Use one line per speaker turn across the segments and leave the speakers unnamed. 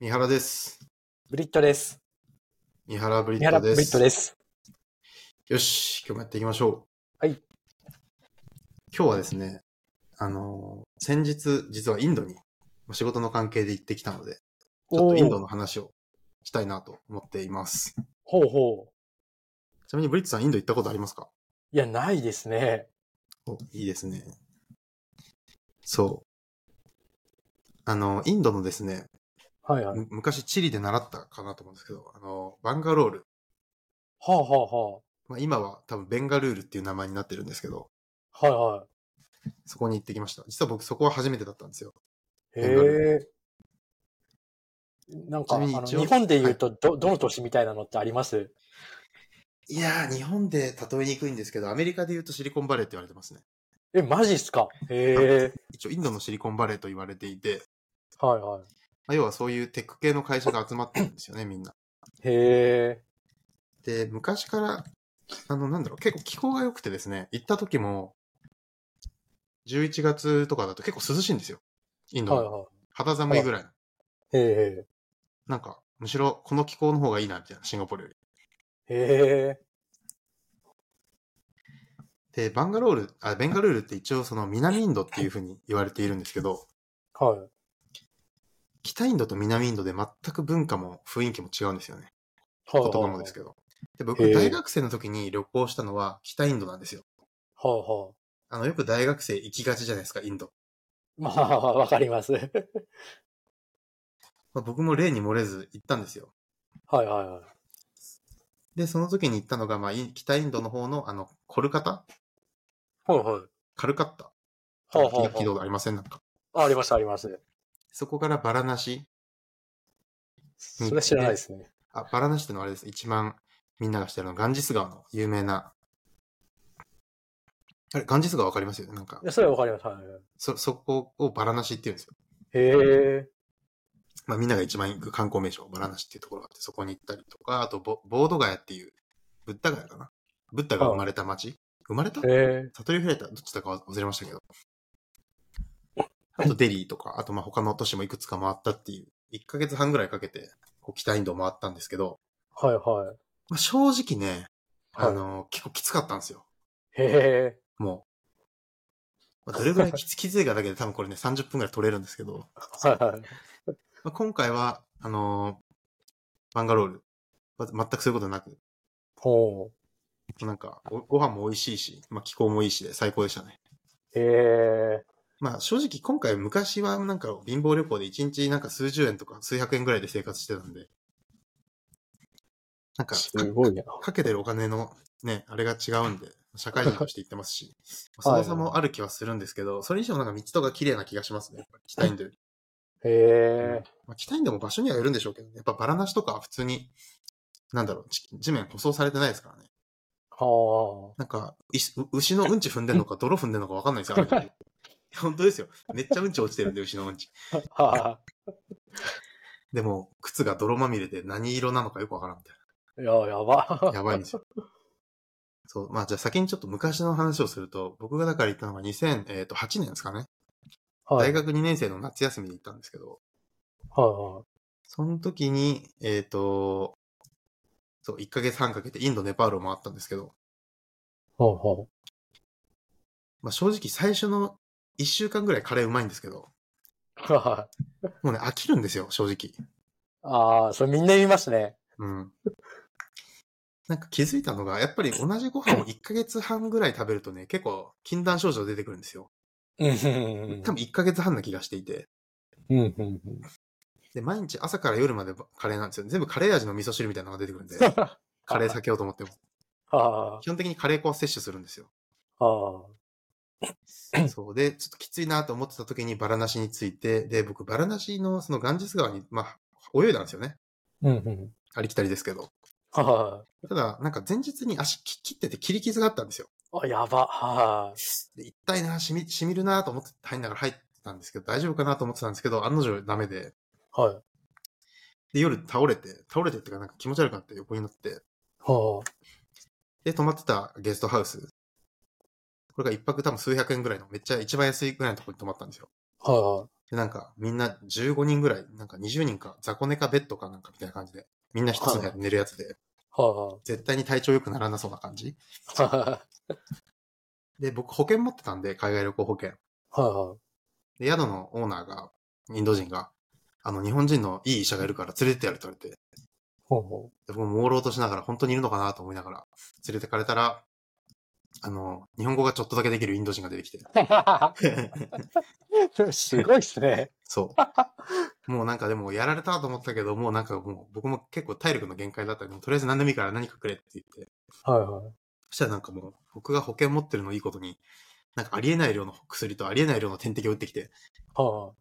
三原です。
ブリットです。
三原ブリ
三
ット
原
で
ブ
す。
リットです。
よし、今日もやっていきましょう。
はい。
今日はですね、あのー先日、実はインドにまあ仕事の関係で行ってきたので、ちょっとインド
おー
の話をしたいなと思っています。
ほうほう。
ちなみにブリットさん、インド行ったことありますか
いや、ないですね。
お、いいですね。そう。あの、インドのですね、
はいはい。は
む昔チリで習ったかなと思うんですけど、あの、バンガロール。
あは
まあ、今は多分ベンガルールっていう名前になってるんですけど、
あはあ。は
そこに行ってきました。実は僕そこは初めてだったんですよ。
いはい。へえ。なん
ち
か、あ
なみに
の
一応
日本で言うと、ど、どの年みたいなのってあります
いやー、日本で例えにくいんですけど、アメリカで言うとシリコンバレーって言われてますね。
え、マジっすかへえ。
一応インドのシリコンバレーと言われていて、
はいは
まあ、要はそういうテック系の会社が集まってるんですよね、みんな。
い。へえ。
で、昔から、あの、なんだろう、結構気候が良くてですね、行った時も、11月とかだと結構涼しいんですよ。インド
はい
は。
は
肌寒いぐらいの。
い。へ
なんか、むしろこの気候の方がいいな、みたいな、シンガポールより。
え。へえ。
で、バンガロール、あ、ベンガルールって一応その南インドっていうふうに言われているんですけど、
はい。
北インドと南インドで全く文化も雰囲気も違うんですよね。
言
言葉もですけど。で、
へ
僕、
え
大学生の時に旅行したのは北インドなんですよ。
はいは
あの、よく大学生行きがちじゃないですか、インド。
い。まあ、わかります。 はい
まあ、僕も例に漏れず行ったんですよ。
はいは
で、その時に行ったのが、まあ、イン北インドの方の、あの、コルカタ
い。はいはい。
カルカッタ
はあはあはあ
聞いたことありませんなんか。
あありますあります。
そこからバラナシ。
それは知らないですね。
あ、バラナシってのはあれです。一番みんなが知ってるの、ガンジス川の有名な。あれ、ガンジス川わかりますよねなんか
い、やそれはわかります。はいはい。
そ、そこをバラナシって言うんですよ。
へえ。
まあ、みんなが一番行く観光名所、バラナシっていうところがあって、そこに行ったりとか、あとボ、ボードガヤっていう、ブッダガヤかな。ブッダが生まれた町生まれた
へえ。
悟りを開いたどっちだか忘れましたけど。あと、デリーとか、あと、まあ、他の都市もいくつか回ったっていう、1ヶ月半ぐらいかけて、こう、北インドを回ったんですけど、
はいはい。
まあ、正直ね、
はい
あの結構きつかったんですよ。
へえ。
もう。まあどれぐらいきつ きついかだけで多分これね、30分ぐらい取れるんですけど、
はいはい。
まあ、今回は、あのーバンガロール、ま全くそういうことなく、
ほ
なんかご、ご飯も美味しいし、まあ、気候もいいしで最高でしたね。
う。へえ。
まあ、正直今回昔はなんか貧乏旅行で一日なんか数十円とか数百円ぐらいで生活してたんで、なんか、
す
か
ごいな。
かけてるお金のね、あれが違うんで、社会人として行ってますし、そもそもある気はするんですけど、それ以上なんか道とか綺麗な気がしますね。やっぱり北インドより。
へえ。
まあ、北インドも場所にはよるんでしょうけど、ね、やっぱバラナシとかは普通に、なんだろう、地地面舗装されてないですからね。
は
なんか、いしう牛のうんち踏んでんのか、泥踏んでんのか分かんないですよ、あれ本当ですよ。めっちゃうんち落ちてるんで、牛のうんち。
あ。は
でも、靴が泥まみれで何色なのかよく分からんみたい
あ。いや、やば。
な。やばいんです よ。そう、まあじゃあ先にちょっと昔の話をすると、僕がだから行ったのが2008年ですかね。
はい。
大学2年生の夏休みで行ったんですけど、
は
その時に、えっ、と、そう、1ヶ月半かけてインド、ネパールを回ったんですけど、
いはい。は
まあ正直最初の1週間ぐらいカレーうまいんですけど、
あはあ。はい。
もうね、飽きるんですよ、正直。
ああ、それみんな言いますね。
うん。なんか気づいたのが、やっぱり同じご飯を1ヶ月半ぐらい食べるとね、結構禁断症状出てくるんですよ。
うんうん
多分1ヶ月半な気がしていて。
うん。うんうんうん。
で、毎日朝から夜までカレーなんですよ。全部カレー味の味噌汁みたいなのが出てくるん で、カレー避けようと思っても。
は
基本的にカレー粉は摂取するんですよ。
あ。は
そうで、ちょっときついなと思ってた時にバラナシについて、で、僕バラナシのそのガンジス川に、まあ、泳いだんですよね。
あ。うんうん。
ありきたりですけど。
は
ただ、なんか前日に足き切ってて切り傷があったんですよ。
あ。あ、やば。は
で、痛いな、しみ、しみるなと思って入りながら入ってたんですけど、大丈夫かなと思ってたんですけど、案の定ダメで、
あ。はい。
で、夜倒れて、倒れてっていうかなんか気持ち悪くなって横になって、
は
で、泊まってたゲストハウス。これが一泊多分数百円ぐらいの、めっちゃ一番安いぐらいのところに泊まったんですよ。
あ。は
で、なんか、みんな15人ぐらい、なんか20人か、雑魚寝かベッドかなんかみたいな感じで、みんな一つの部屋で寝るやつで、
は
絶対に体調良くならなそうな感じ。
あ、は
で、僕保険持ってたんで、海外旅行保険。
あ、は
で、宿のオーナーが、インド人が、あの、日本人のいい医者がいるから連れてってやると言われて、
あ、は
で僕も朦朧としながら、本当にいるのかなと思いながら、連れてかれたら、あの、日本語がちょっとだけできるインド人が出てきて、
あ。 すごいっすね。
そう。もうなんかでもやられたと思ったけど、もうなんかもう僕も結構体力の限界だったんで、もうとりあえず何でもいいから何かくれって言って。
はいはい。
そしたらなんかもう僕が保険持ってるのいいことに、なんかありえない量の薬とありえない量の点滴を打ってきて、
は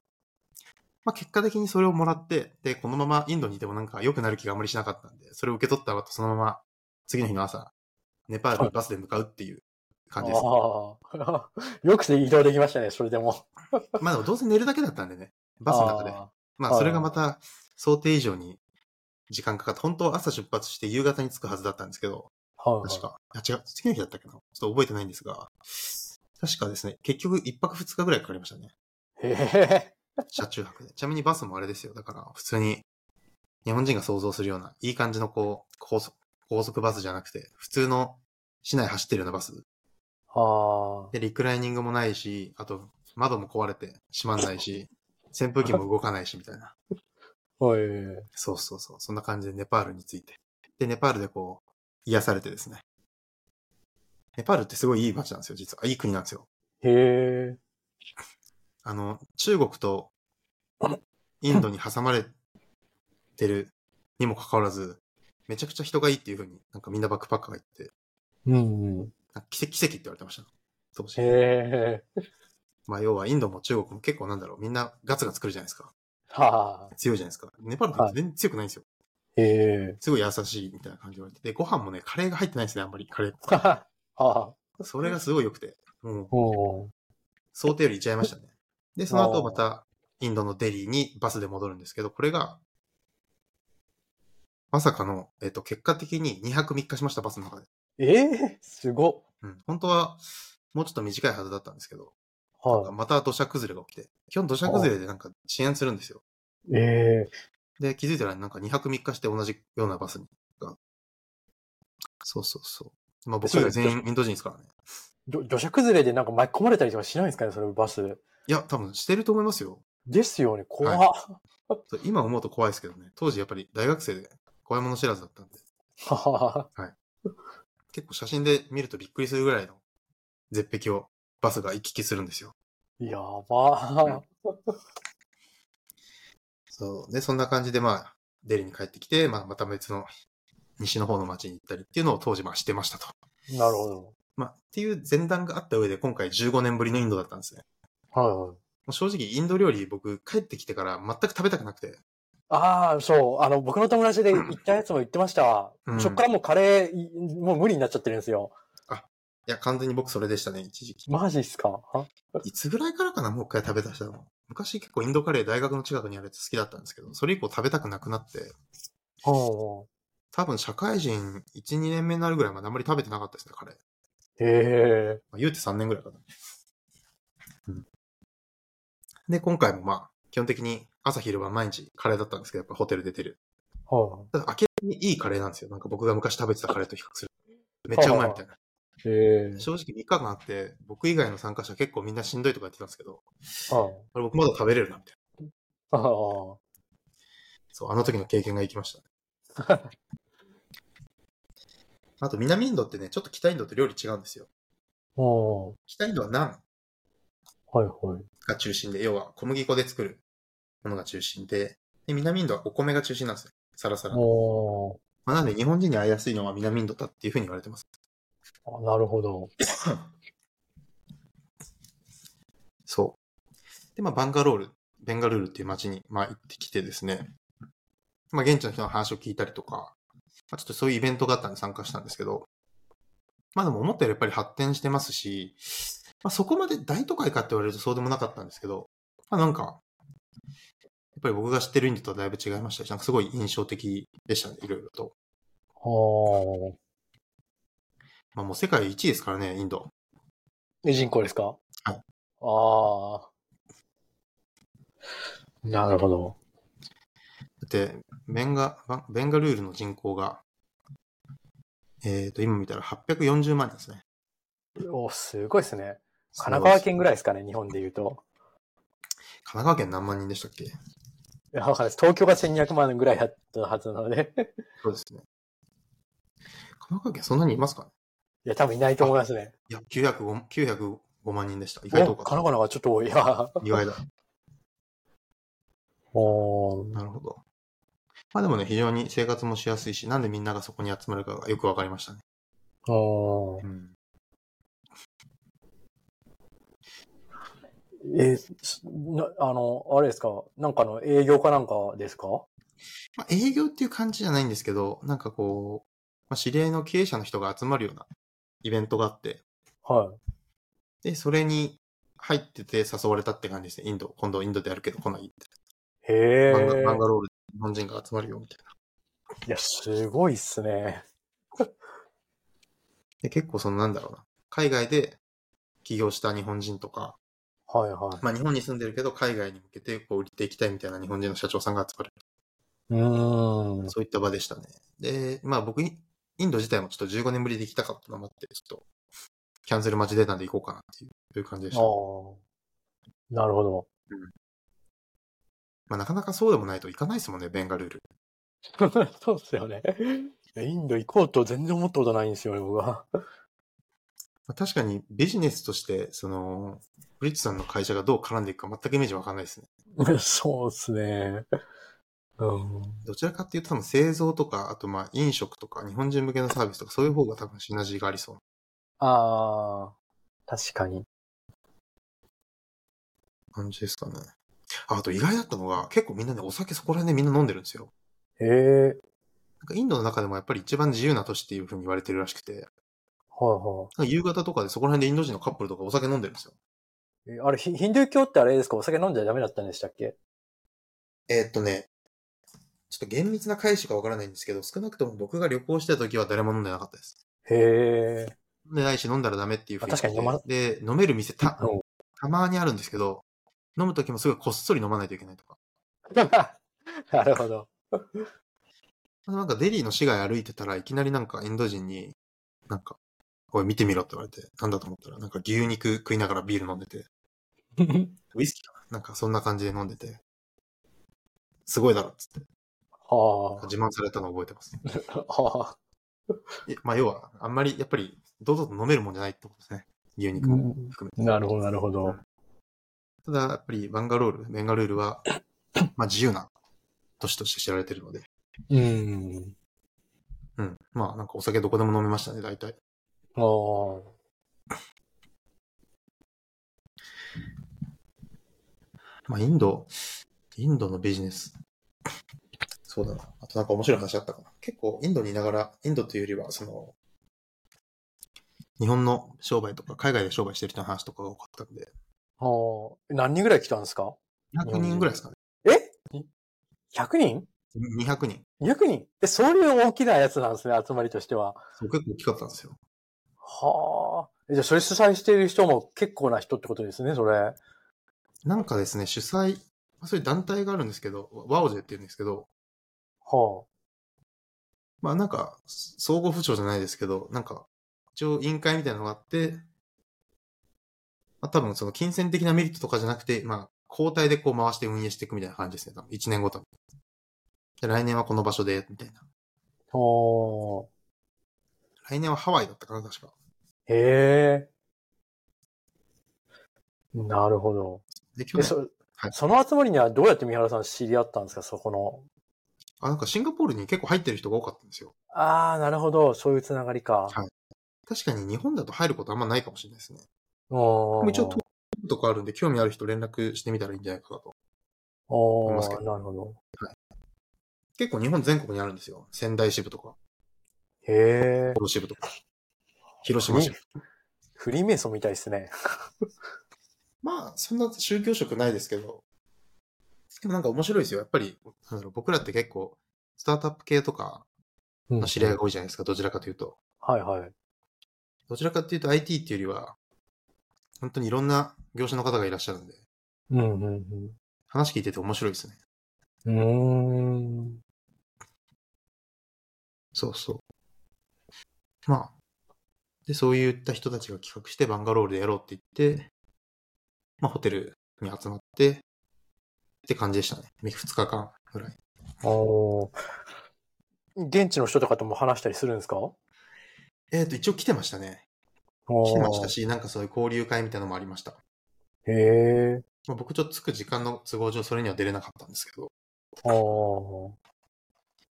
まあ結果的にそれをもらって、で、このままインドにいてもなんか良くなる気があまりしなかったんで、それを受け取った後そのまま次の日の朝、ネパールにバスで向かうっていう
あ。
感じです。
あ あ。よくて移動できましたね、それでも。
まあでもどうせ寝るだけだったんでね、バスの中で。
あ
ま
は
あ、
い
それがまた想定以上に時間かかって、本当は朝出発して夕方に着くはずだったんですけど、
あ。はい
確か。いや、違う、次の日だったっけな。ちょっと覚えてないんですが、確かですね、結局1泊2日ぐらいかかりましたね。
はい。へ
車中泊で。ちなみにバスもあれですよ。だから、普通に日本人が想像するような、いい感じのこう、高速、高速バスじゃなくて、普通の市内走ってるようなバス。
ーあ
で、リクライニングもないし、あと、窓も壊れて閉まんないし、扇風機も動かないし、みたいな。
あ。はいはいはい。
そうそうそう。そんな感じでネパールについて。で、ネパールでこう、癒されてですね。ネパールってすごいいい街なんですよ、実は。いい国なんですよ。
へえ。
あの、中国とインドに挟まれてるにもかかわらず、めちゃくちゃ人がいいっていうふうに、なんかみんなバックパッカーが言って、
うんうん。
なんか奇跡奇跡って言われてました。当時
へ。え。
まあ、要はインドも中国も結構なんだろう、みんなガツガツ来るじゃないですか。
はあ。
強いじゃないですか。ネパールって全然強くないんですよ。
へえ。
すごい優しいみたいな感じで言われて。で、ご飯もね、カレーが入ってないんですね、あんまり。カレー粉
はは。ああ。
それがすごい良くて、もう
おお。
想定より行っちゃいましたね。で、その後
おー
またインドのデリーにバスで戻るんですけど、これが、まさかの、えっと、結果的に2泊3日しました、バスの中で。
ええすごっ。
うん。本当は、もうちょっと短いはずだったんですけど、
は
また土砂崩れが起きて、基本土砂崩れでなんか遅延するんですよ。
い。ええ
で、気づいたらなんか2泊3日して同じようなバスに。がそうそうそう。まあ僕ら全員インド人ですからね。
ど土砂崩れでなんか巻き込まれたりとかしないんですかね、それバス。
いや、多分してると思いますよ。
ですよね、怖っ。
はそう今思うと怖いですけどね。当時やっぱり大学生で怖いもの知らずだったんで、
ははは。
結構写真で見るとびっくりするぐらいの絶壁をバスが行き来するんですよ。
やば
そう。で、そんな感じでまあ、デリに帰ってきて、まあ、また別の西の方の町に行ったりっていうのを当時まあしてましたと。
ー。なるほ
まあ、っていう前段があった上で今回15年ぶりのインドだったんですね。
ど。はいはい。
もう正直インド料理僕帰ってきてから全く食べたくなくて。
ああ、そう。あの、僕の友達で行ったやつも言ってました。
うん
そっからもうカレーい、もう無理になっちゃってるんですよ。
いや、完全に僕それでしたね、一時期。
マジっすかあ
いつぐらいからかな、もう一回食べ出したの。昔結構インドカレー大学の近くにあるやつ好きだったんですけど、それ以降食べたくなくなって、
は
多分社会人1、2年目になるぐらいまであんまり食べてなかったですね、カレー。
あ。へえ。
まあ、言うて3年ぐらいかな。うん。で、今回もまあ、基本的に朝昼晩毎日カレーだったんですけど、やっぱホテル出てる。
は
ただ明らかにいいカレーなんですよ。なんか僕が昔食べてたカレーと比較すると。めっちゃうまいみたいな。
あ。へえ。
正直3日間あって、僕以外の参加者結構みんなしんどいとか言ってたんですけど、
は
あれ僕まだ食べれるな、みたいな。
あ。は
そう、あの時の経験が生きましたね。
あ。
あと、南インドってね、ちょっと北インドって料理違うんですよ。
お
北インドはナン
はいはい。
が中心で、要は小麦粉で作るものが中心で、で南インドはお米が中心なんですよ。サラサラ。ま
おー
あ、なので、日本人に会いやすいのは南インドだっていうふうに言われてます。
あなるほど。
そう。で、まあ、バンガロール、ベンガルールっていう街に、まあ、行ってきてですね、まあ、現地の人の話を聞いたりとか、まあ、ちょっとそういうイベントがあったんで参加したんですけど、まあでも思ったよりやっぱり発展してますし、まあそこまで大都会かって言われるとそうでもなかったんですけど、まあなんか、やっぱり僕が知ってるインドとはだいぶ違いましたし、なんかすごい印象的でしたね、いろいろと。
はあ。
まあもう世界1位ですからね、インド。
え、人口ですか
はい
ああ。なるほど。
だって、ベンガ、バベンガルールの人口が、えっ、と、今見たら840万人ですね。
お、すごいですね。神奈川県ぐらいですかね、日本で言うと。
神奈川県何万人でしたっけ
いやわかんないです東京が1200万ぐらいだったはずなので。
そうですね。神奈川県そんなにいますかね
いや、多分いないと思いますね。
いや、905、905万人でした。意外
お
と多
神
かっ
奈川がちょっと 多い。いや。
た。意外だ。
おー
なるほど。まあでもね、非常に生活もしやすいし、なんでみんながそこに集まるかがよくわかりましたね。
おー
うん。
えーすなあの、あれですかなんかの営業かなんかですか
まあ、営業っていう感じじゃないんですけど、なんかこう、まあ、知り合いの経営者の人が集まるようなイベントがあって、
は
で、それに入ってて誘われたって感じですね。インド、今度インドでやるけど来ないって。
い。へ
バンガ
え。
バンガロールで日本人が集まるよみたいな。
いや、すごいっすね。
で、結構そのなんだろうな。海外で起業した日本人とか、
はいは
まあ日本に住んでるけど海外に向けてこう売っていきたいみたいな日本人の社長さんが集まる。
い。うーん。
そういった場でしたね。で、まあ僕、インド自体もちょっと15年ぶりで行きたかったのもあって、ちょっとキャンセル待ち出たんで行こうかなっていうそういう感じでした。
ああ。なるほど。
まあなかなかそうでもないと行かないですもんね、ベンガルール。
そうっすよね。いやインド行こうと全然思ったことないんですよね、僕は。
まあ、確かにビジネスとして、その、ブリッツさんの会社がどう絡んでいくか全くイメージわかんないですね。
そうっすね。うん。
どちらかっていうと多分製造とか、あとまあ飲食とか、日本人向けのサービスとか、そういう方が多分シナジーがありそう。
ああ。確かに。
感じですかね。ああと意外だったのが、結構みんなね、お酒そこら辺でみんな飲んでるんですよ。
へえ。
なんかインドの中でもやっぱり一番自由な都市っていう風に言われてるらしくて、
はいは
なんか夕方とかでそこら辺でインド人のカップルとかお酒飲んでるんですよ。
い。えあれ、ヒヒンドゥー教ってあれですかお酒飲んじゃダメだったんでしたっけ
えーっとね、ちょっと厳密な解釈がわからないんですけど、少なくとも僕が旅行してた時は誰も飲んでなかったです。
へえ。
飲んでないし飲んだらダメっていうふうに言って。
あ確かに飲ま
で、飲める店た
うん、
たまにあるんですけど、飲むときもすごいこっそり飲まないといけないとか。
なるほど。
あとなんかデリーの市街歩いてたらいきなりなんかインド人に、なんか、おい見てみろって言われて、なんだと思ったら、なんか牛肉食いながらビール飲んでて、ウイスキーかななんかそんな感じで飲んでて、すごいだろっつって、
はあ。
自慢されたのを覚えて ます。
はあ。
いまあ要は、あんまりやっぱり堂々と飲めるもんじゃないってことですね。牛肉も含めて。
なるほど、なるほど。
ただ、やっぱりバンガロール、ベンガルールは、 まあ自由な都市として知られてるので、
うん。
うん。まあなんかお酒どこでも飲めましたね、大体。
ああ。
まあインド、インドのビジネス。そうだな。あとなんか面白い話あったかな。結構インドにいながら、インドというよりは、その、日本の商売とか、海外で商売してる人の話とかが多かったんで、
ああ、何人ぐらい来たんですか
200人ぐらいですかね。
?100 人
200人。
?200 人え、そういう大きなやつなんですね、集まりとしては。
そう結構大きかったんですよ。
はあ。えじゃあ、それ主催している人も結構な人ってことですね、それ。
なんかですね、主催、まあそういう団体があるんですけど、ワオジェって言うんですけど、
は
まあなんか、総合不調じゃないですけど、なんか、一応委員会みたいなのがあって、まあ多分その金銭的なメリットとかじゃなくて、まあ交代でこう回して運営していくみたいな感じですね、多分1年ごとに。で来年はこの場所で、みたいな。
あ。はあ。
来年はハワイだったかな、確か。
へえ。なるほど。
で、去
え、
年、
そ、
はい
その集まりにはどうやって三原さん知り合ったんですか、そこの。
あ、なんかシンガポールに結構入ってる人が多かったんですよ。
ああ、なるほど。そういうつながりか。
い確かに日本だと入ることあんまないかもしれないですね。で
も
も一応、とかあるんで、興味ある人連絡してみたらいいんじゃないかなと。
お
い
ー
ますけど
なるほど。
結構日本全国にあるんですよ。仙台支部とか、
へえ。
幌支部とか、広島支部。
フリーメイソンみたいですね。
まあ、そんな宗教色ないですけど、でもなんか面白いですよ。やっぱり、なんだろう、僕らって結構、スタートアップ系とかの知り合いが多いじゃないですか、どちらかというと。
はいはい。
どちらかというと IT っていうよりは、本当にいろんな業種の方がいらっしゃるんで、
うんうんうん。
話聞いてて面白いですね。
うーん。
そうそう。まあ。で、そういった人たちが企画してバンガロールでやろうって言って、まあホテルに集まって、って感じでしたね。2日間ぐらい。
おー現地の人とかとも話したりするんですか
えっ、と、一応来てましたね。来てましたし、なんかそういう交流会みたいなのもありました。
へえ。
まあ、僕ちょっと着く時間の都合上それには出れなかったんですけど、
あー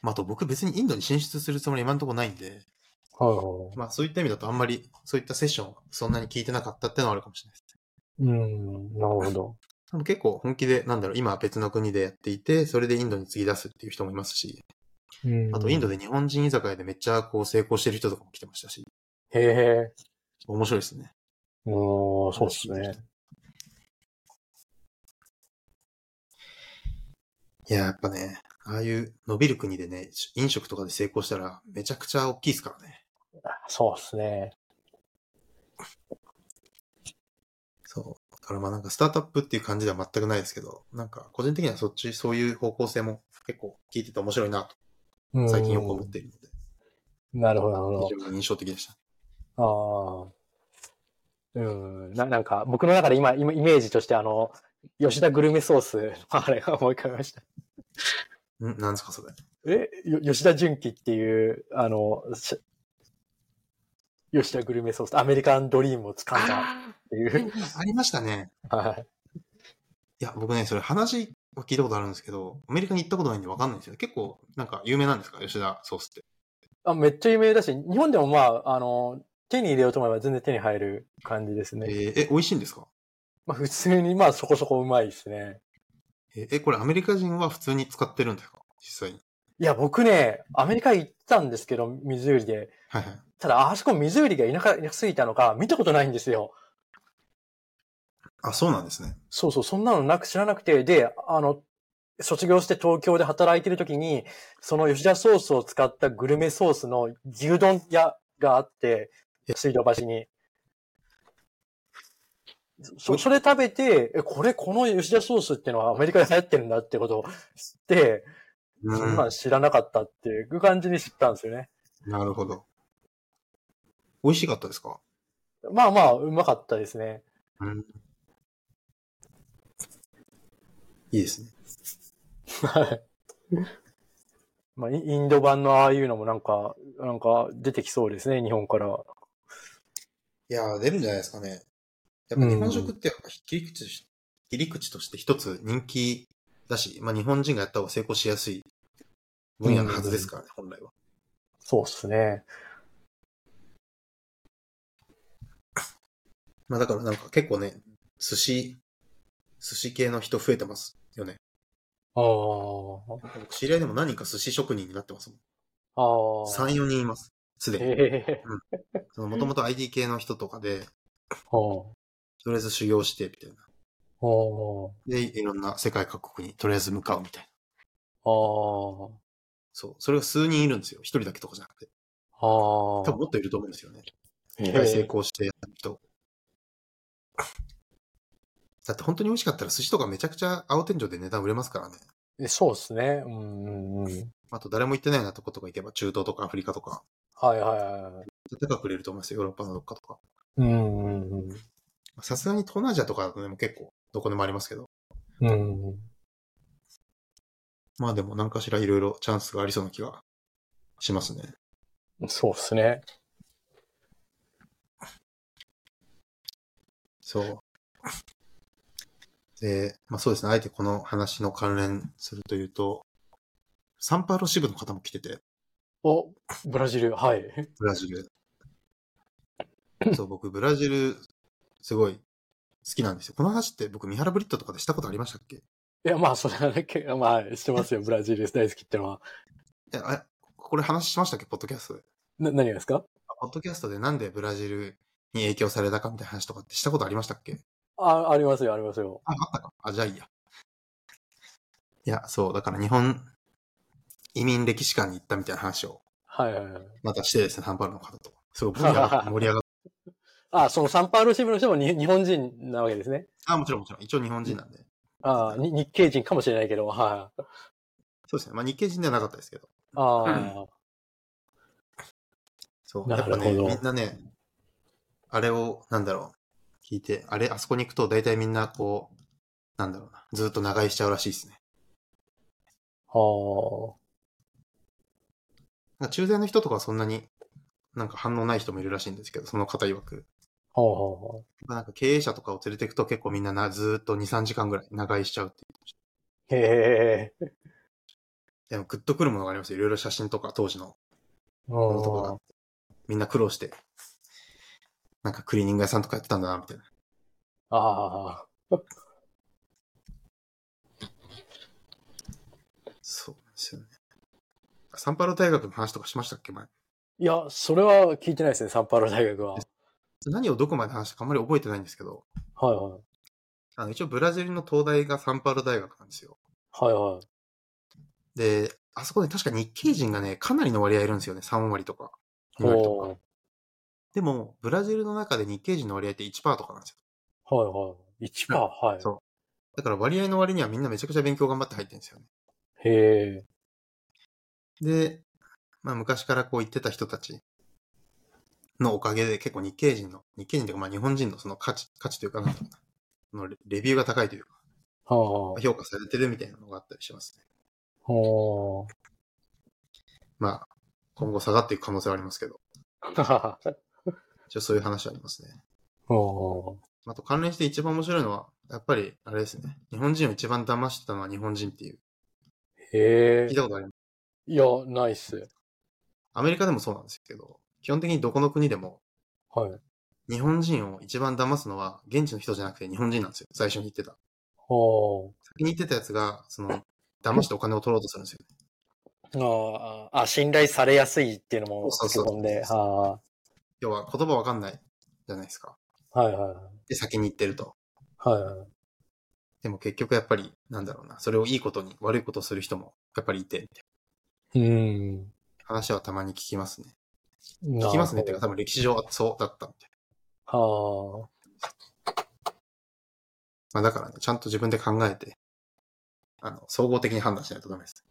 まあ、あと僕別にインドに進出するつもり今のところないんで、
はいはい。
まあそういった意味だとあんまりそういったセッションはそんなに聞いてなかったってのはあるかもしれないです。
うん、なるほど。
でも結構本気で、なんだろう、今は別の国でやっていて、それでインドに継ぎ出すっていう人もいますし、あとインド
で。
で日本人居酒屋でめっちゃこう成功してる人とかも来てましたし、
へえ。
面白いですね。
おーそうですね。
いや、やっぱね、ああいう伸びる国でね、飲食とかで成功したらめちゃくちゃ大きいですからね。
そうですね。
そう。だからまあなんかスタートアップっていう感じでは全くないですけど、なんか個人的にはそっち、そういう方向性も結構聞いてて面白いな
うん
と、最近よく思っているので、
なるほど、なるほど。
非常に印象的でした。
ああ。うん。な、なんか、僕の中で今、今、イメージとして、あの、吉田グルメソース、あれが思い浮かびました。
んなんですかそれ。
え、よ吉田純喜っていう、あの、し吉田グルメソース、アメリカンドリームを掴んだっていう。
ありましたね。
はい。
いや、僕ね、それ話は聞いたことあるんですけど、アメリカに行ったことないんで分かんないんですよ。結構、なんか有名なんですか吉田ソースって。
あ、めっちゃ有名だし、日本でもまあ、あの、手に入れようと思えば全然手に入る感じです
え
ね。
ーえ、美味しいんですか
まあ、普通に、まあ、そこそこうまいですね。
えーえ、これアメリカ人は普通に使ってるんですか実際に。
いや、僕ね、アメリカ行ったんですけど、ミズーリで。
はいはい。
ただ、あそこミズーリが田舎すぎたのか、見たことないんですよ。
あ、そうなんですね。
そうそう、そんなのなく知らなくて、で、あの、卒業して東京で働いてる時に、その吉田ソースを使ったグルメソースの牛丼屋があって、水道橋に。そ、それ食べて、え、これ、この吉田ソースってのはアメリカで流行ってるんだってことを知って、
う
そ
ん
んなん知らなかったっていう感じに知ったんですよね。
なるほど。美味しかったですか
まあまあ、うまかったですね。
うん。いいですね。
はい。まあ、インインド版のああいうのもなんか、なんか出てきそうですね、日本から。
いやー、出るんじゃないですかね。やっぱ日本食ってやっぱ切り口し、切り口として一つ人気だし、まあ日本人がやった方が成功しやすい分野のはずですからね、本来は。
そうっすね。
まあだからなんか結構ね、寿司、寿司系の人増えてますよね。
ああ。
僕知り合いでも何人か寿司職人になってますもん。
ああ。
3、4人います。すでに。
ええ
もともと IT 系の人とかで、
ああ。
とりあえず修行して、みたいな。
ああ。
で、いろんな世界各国にとりあえず向かうみたいな。
あ
そう。それが数人いるんですよ。一人だけとかじゃなくて。
あ。あ
多分もっといると思うんですよね。
え
一回成功してやった人。だって本当に美味しかったら寿司とかめちゃくちゃ青天井で値段売れますからね。
えそうっすね。うんうんうん。
あと誰も行ってないようなとことか行けば中東とかアフリカとか、
はいはいはい。
高く売れると思いますよ。ヨーロッパのどっかとか。
うんうんうん。
さすがに東南アジアとかだとね、もう結構どこでもありますけど。
うんうん。
まあでも何かしらいろいろチャンスがありそうな気がしますね。
そうっすね。
そう。で、まあそうですね。あえてこの話の関連するというと、サンパウロ支部の方も来てて、
お、ブラジル、はい。
ブラジル。そう、僕、ブラジル、すごい好きなんですよ。この話って僕、三原ブリットとかでしたことありましたっけい
いや、まあ、それはね、けまあ、してますよ、ブラジル大好きってのは。
や、あこれ話しましたっけポッドキャストで。
な、何がですか
あポッドキャストでなんでブラジルに影響されたかみたいな話とかってしたことありましたっけ
あ、ありますよ、ありますよ。
あ、あったか。あ、じゃあいいや。いや、そう、だから日本移民歴史館に行ったみたいな話を
はいはいはい。
またしてですね、サンパウロの方と。すごい分野が盛り上がっ
あ、そのサンパウロ支部の人もに日本人なわけですね。
た。あ、もちろんもちろん。一応日本人なんで。
ああ、に日系人かもしれないけど、はい、
そうですね。まあ日系人ではなかったですけど。
ああ、
そう。
な
や
る
っ
ほ
ぱ
ど
ね、みんなね、あれを、なんだろう、聞いて、あれ、あそこに行くと大体みんなこう、なんだろうな、ずっと長居しちゃうらしいですね。
は
なんか中世の人とかはそんなに、なんか反応ない人もいるらしいんですけど、その方曰く。
あ、は
まあなんか経営者とかを連れていくと結構みんななずーっと2、3時間ぐらい長居しちゃうっていう。
あ、へえ、
でもグッとくるものがありますよ。いろいろ写真とか当時の
う
ものとかがあっ
ん
て。みんな苦労して、なんかクリーニング屋さんとかやってたんだな、みたいな。
ああ、
そうなんですよね。サンパウロ大学の話とかしましたっけ前。
いや、それは聞いてないですね、サンパウロ大学は。
何をどこまで話したかあんまり覚えてないんですけど、
はいはい。
あの一応ブラジルの東大がサンパウロ大学なんですよ。
はいはい。
で、あそこで確か日系人がね、かなりの割合いるんですよね。3割とか。2割とか。
ほ
でも、ブラジルの中で日系人の割合って1%とかなんですよ。
う。はいはい。1か、はい。
そうだから割合の割にはみんなめちゃくちゃ勉強頑張って入ってるんですよね。
へえ。
で、まあ昔からこう言ってた人たちのおかげで結構日系人の、日系人というかまあ日本人のその価値、価値というかなんだろうなのレレビューが高いというか、
はあ。
評価されてるみたいなのがあったりしますね。
ほう。
まあ、今後下がっていく可能性はありますけど、
はは
一応そういう話はありますね。
ほう。
あと関連して一番面白いのは、やっぱりあれですね。日本人を一番騙してたのは日本人っていう。
へ
聞い
え。
たことあります。
いや、ないっす。
アメリカでもそうなんですけど、基本的にどこの国でも
はい。
日本人を一番騙すのは現地の人じゃなくて日本人なんですよ。最初に言ってた。
ほう。
先に言ってたやつが、その、騙してお金を取ろうとするんですよ。
ああ、信頼されやすいっていうのも
そうそうそう
込んで、は
要は言葉わかんないじゃないですか。
あ。はいは
で、先に言ってると。
い。はいはい。
でも結局やっぱり、なんだろうな。それをいいことに悪いことをする人もやっぱりいて、みたい
う
な
ん。
話はたまに聞きますね。
聞
聞きますねっていうか多分歴史上そうだったみたい
は
な。まあだからね、ちゃんと自分で考えて、あの、総合的に判断しないとダメです。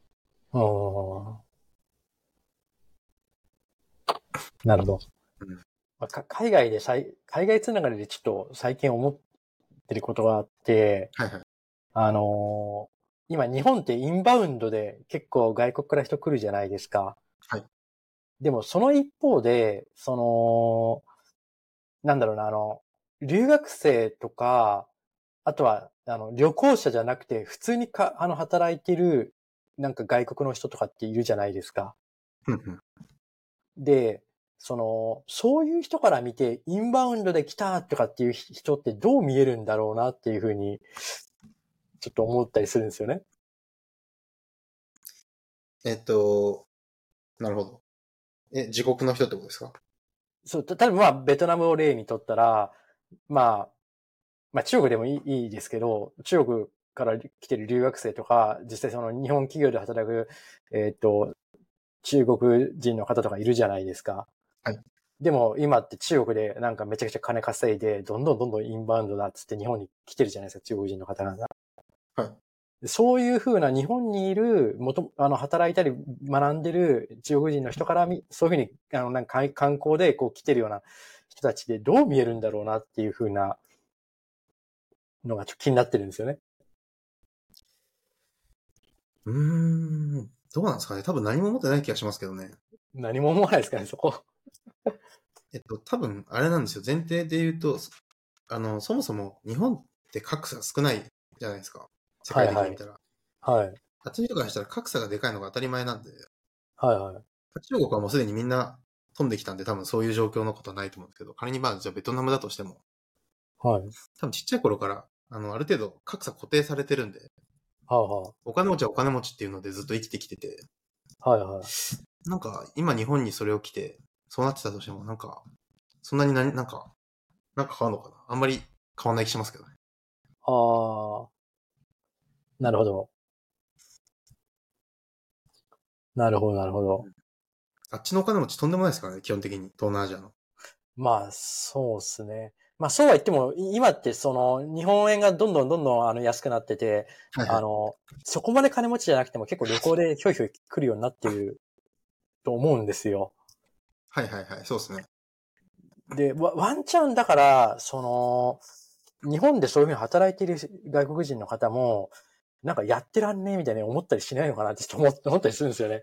あ。はあ。なるほど。
うん
まあ、か海外でさい、海外つながりでちょっと最近思ってることがあって、
はいはい。
あのー今日本ってインバウンドで結構外国から人来るじゃないですか。
はい。
でもその一方で、その、なんだろうな、あの、留学生とか、あとは、あの、旅行者じゃなくて、普通にか、あの、働いてる、なんか外国の人とかっているじゃないですか。
うんうん。
で、その、そういう人から見て、インバウンドで来たとかっていう人ってどう見えるんだろうなっていうふうに、ちょっと思ったりするんですよね。
えっと、なるほど。え、自国の人ってことですか
そう、た、例えばまあ、ベトナムを例にとったら、まあ、まあ中国でもいいいいですけど、中国から来てる留学生とか、実際その日本企業で働く、えっ、と、中国人の方とかいるじゃないですか。
はい。
でも今って中国でなんかめちゃくちゃ金稼いで、どんどんどんどんインバウンドだっつって日本に来てるじゃないですか、中国人の方々。。
はい
そういうふうな日本にいる、もと、あの、働いたり学んでる中国人の人からみ、そういうふうに、あの、なんか観観光でこう来てるような人たちでどう見えるんだろうなっていうふうなのがちょっと気になってるんですよね。
うーん、どうなんですかね。多分何も持ってない気がしますけどね。
何も思わないですかね、そこ。
えっと、多分あれなんですよ。前提で言うと、そあの、そもそも日本って格差が少ないじゃないですか。世界的に見たら。
はい。
あっちの人からしたら格差がでかいのが当たり前なんで、
はいはい。
中国はもうすでにみんな飛んできたんで、多分そういう状況のことはないと思うんですけど、仮にまあ、じゃあベトナムだとしても、
はい。はい
多分ちっちゃい頃から、あの、ある程度格差固定されてるんで、
は
お金持ちはお金持ちっていうのでずっと生きてきてて、
い。はいはい。
なんか、今日本にそれを着て、そうなってたとしても、なんか、そんなにな、なんか、なんか変わるのかなあんまり変わんない気しますけどね。
ああ。なるほど。なるほど、なるほど。
あっちのお金持ちとんでもないですからね、基本的に、東南アジアの。
まあ、そうですね。まあそうは言っても、い今ってその日本円がどんどんどんどんあの安くなってて、
はいはい
あの、そこまで金持ちじゃなくても結構旅行でひょいひょい来るようになっていると思うんですよ。
はいはいはい、そうですね。
で、ワワンチャンだから、その、日本でそういうふうに働いている外国人の方も、なんかやってらんねえみたいに思ったりしないのかなってちょっと思っ 思ったりするんですよね。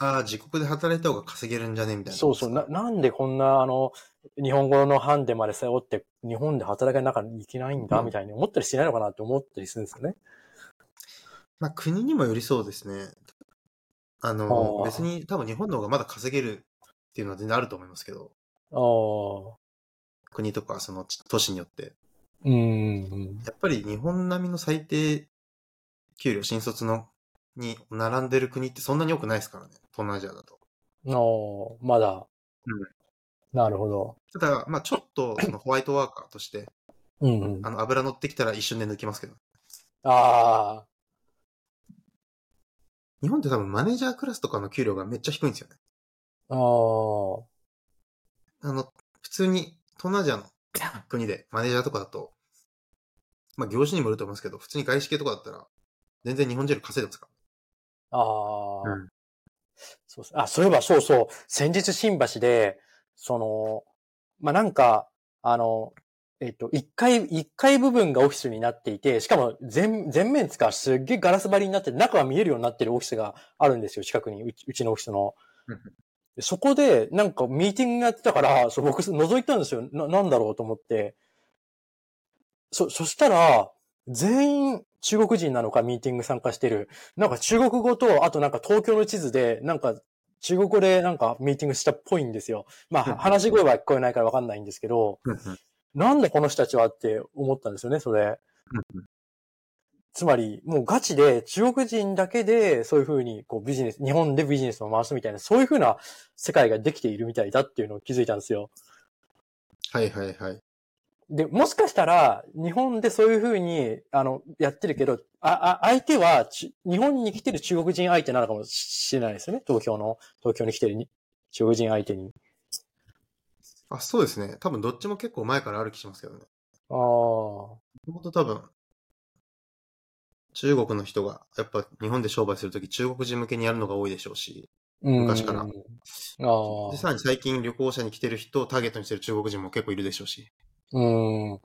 ああ、自国で働いた方が稼げるんじゃねみたいな。
そうそう。な、なんでこんな、あの、日本語のハンデまで背負って、日本で働かなきゃいけないんだ、
うん
みたいに思ったりしないのかなって思ったりするんですよね。
まあ国にもよりそうですね。あの
あ、ー
別に多分日本の方がまだ稼げるっていうのは全然あると思いますけど、
ああ。
国とかその地都市によって。
うん。
やっぱり日本並みの最低給料新卒のに並んでる国ってそんなに多くないですからね。東南アジアだと。
ああ、まだ。
うん
なるほど。
ただ、まあちょっとそのホワイトワーカーとして、
うん、うん。
あの油乗ってきたら一瞬で抜きますけど。
ああ。
日本って多分マネージャークラスとかの給料がめっちゃ低いんですよね。
ああ。
あの、普通に東南ア ジアの国でマネージャーとかだと、まあ業種にもよると思いますけど、普通に外資系とかだったら、全然日本人より稼いでますか
ああ、
うん
そうそうあ、そういえばそうそう。先日新橋で、その、まあ、なんか、あの、えっと、一階、一階部分がオフィスになっていて、しかも全、全面使うすっげえガラス張りになって、中が見えるようになってるオフィスがあるんですよ、近くに、うちうちのオフィスの
うん。
そこで、なんかミーティングやってたから、そう僕覗いたんですよ。な、なんだろうと思って。そ、そしたら、全員中国人なのか、ミーティング参加してる。なんか中国語と、あとなんか東京の地図で、なんか中国語でなんかミーティングしたっぽいんですよ。ま
うんう
あ
ん
話し声は聞こえないからわかんないんですけど、
ら。
なんでこの人たちはって思ったんですよね、それ。つまり、もうガチで中国人だけでそういうふうにこうビジネス、日本でビジネスを回すみたいな、そういうふうな世界ができているみたいだっていうのを気づいたんですよ。
はいはいはい。
で、もしかしたら、日本でそういうふうに、あの、やってるけど、あ、あ、相手はち、日本に来てる中国人相手なのかもしれないですよね。東京の、東京に来てるに中国人相手に。
あ、そうですね。多分どっちも結構前からある気しますけどね。
ああ。
もと多分、中国の人が、やっぱ日本で商売するとき中国人向けにやるのが多いでしょうし、
うん
昔から
ああ。
でさらに最近旅行者に来てる人をターゲットにしてる中国人も結構いるでしょうし。
うん。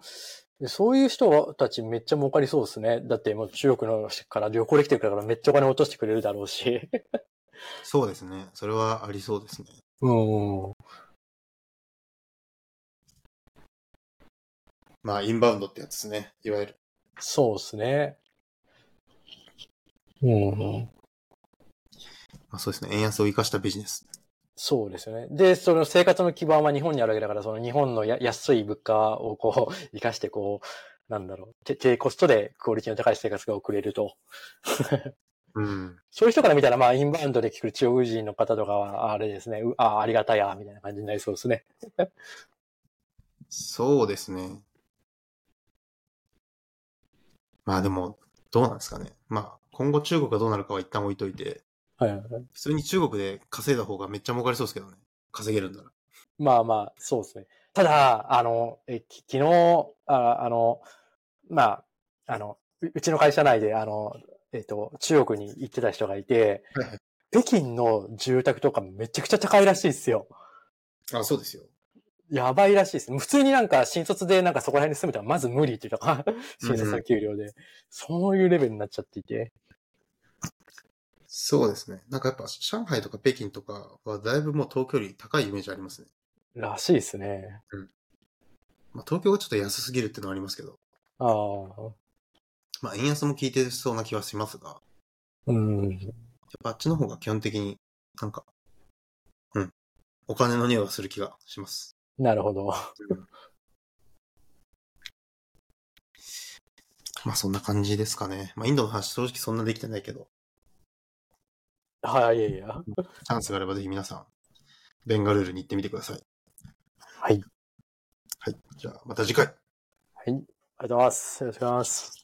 でそういう人たちめっちゃ儲かりそうですね。だってもう中国の人から旅行できてるからめっちゃお金落としてくれるだろうし。
そうですね。それはありそうですね。
うん。
まあ、インバウンドってやつですね。いわゆる。
そうですね。うん。
まあ、そうですね。円安を生かしたビジネス。
そうですよね。で、その生活の基盤は日本にあるわけだから、その日本のや安い物価をこう、 生かしてこう、なんだろう、て低コストでクオリティの高い生活が送れると。
うん。
そういう人から見たら、まあ、インバウンドで聞く中国人の方とかは、あれですね、うあありがたや、みたいな感じになりそうですね。
そうですね。まあでも、どうなんですかね。まあ、今後中国がどうなるかは一旦置いといて、
はいはいはい。
普通に中国で稼いだ方がめっちゃ儲かりそうですけどね。稼げるんだら。
まあまあ、そうですね。ただ、あの、えき昨日、ああの、まあ、あの、ううちの会社内で、あの、えっ、と、中国に行ってた人がいて
はいは、
北京の住宅とかめちゃくちゃ高いらしいですよ。
あ、そうですよ。
やばいらしいです。普通になんか新卒でなんかそこら辺に住むとはまず無理っていうか、新卒の給料で。そういうレベルになっちゃっていて。
そうですね。なんかやっぱ、上海とか北京とかはだいぶもう東京より高いイメージありますね。
らしいですね。
まあ、東京がちょっと安すぎるってのはありますけど、
ああ。
まあ、円安も効いてそうな気はしますが、やっ
うん。
ぱあっちの方が基本的になんか、うん。お金の匂いがする気がします。
なるほど。
まあそんな感じですかね。まあインドの話正直そんなできてないけど、
はい、いやいや。
チャンスがあればぜひ皆さん、ベンガルールに行ってみてください。
はい。
はい。じゃあまた次回。
ありがとうございます。よろしくお願いします。